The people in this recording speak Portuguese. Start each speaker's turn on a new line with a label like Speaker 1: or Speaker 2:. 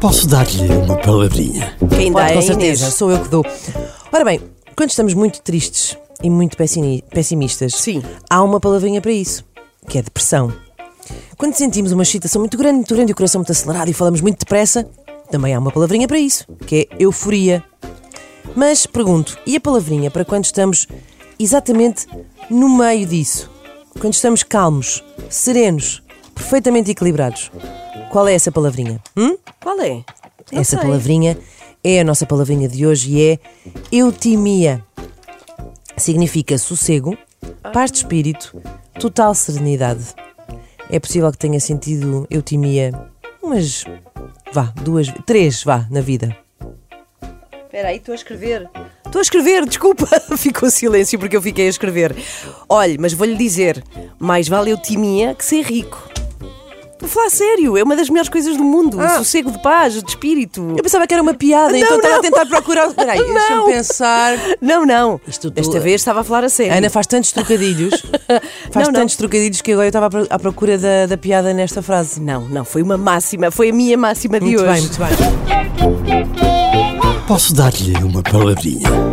Speaker 1: Posso dar-lhe uma palavrinha?
Speaker 2: Quem dá
Speaker 3: Pode,
Speaker 2: é
Speaker 3: com
Speaker 2: a Inês,
Speaker 3: certeza.
Speaker 2: sou eu que dou. Ora bem, quando estamos muito tristes e muito pessini- pessimistas,
Speaker 3: Sim.
Speaker 2: há uma palavrinha para isso, que é depressão. Quando sentimos uma excitação muito grande, muito grande e o coração muito acelerado e falamos muito depressa, também há uma palavrinha para isso, que é euforia. Mas pergunto, e a palavrinha para quando estamos exatamente no meio disso? Quando estamos calmos, serenos, perfeitamente equilibrados? Qual é essa palavrinha? Hum?
Speaker 3: Qual é? Não
Speaker 2: Essa
Speaker 3: sei.
Speaker 2: palavrinha é a nossa palavrinha de hoje e é eutimia. Significa sossego, paz de espírito, total serenidade. É possível que tenha sentido eutimia umas, vá, duas, três, vá, na vida.
Speaker 3: Espera aí, estou a escrever. Estou a escrever, desculpa. Ficou silêncio porque eu fiquei a escrever. Olhe, mas vou-lhe dizer, mais vale eu timia que ser rico. Estou a falar a sério, é uma das melhores coisas do mundo.
Speaker 2: Ah.
Speaker 3: Sossego de paz, de espírito.
Speaker 2: Eu pensava que era uma piada, então
Speaker 3: Não,
Speaker 2: estava a
Speaker 3: não.
Speaker 2: tentar procurar. Espera aí, deixa-me
Speaker 3: Não.
Speaker 2: pensar.
Speaker 3: Não, não.
Speaker 2: Isto tu-
Speaker 3: Desta vez estava a falar a sério.
Speaker 2: A Ana faz tantos trocadilhos, faz
Speaker 3: Não, não.
Speaker 2: tantos trocadilhos que agora eu estava à pro- à procura da, da piada nesta frase.
Speaker 3: Não, não, foi uma máxima, foi a minha máxima de
Speaker 2: Muito
Speaker 3: hoje.
Speaker 2: bem, muito bem.
Speaker 1: Posso dar-lhe uma palavrinha?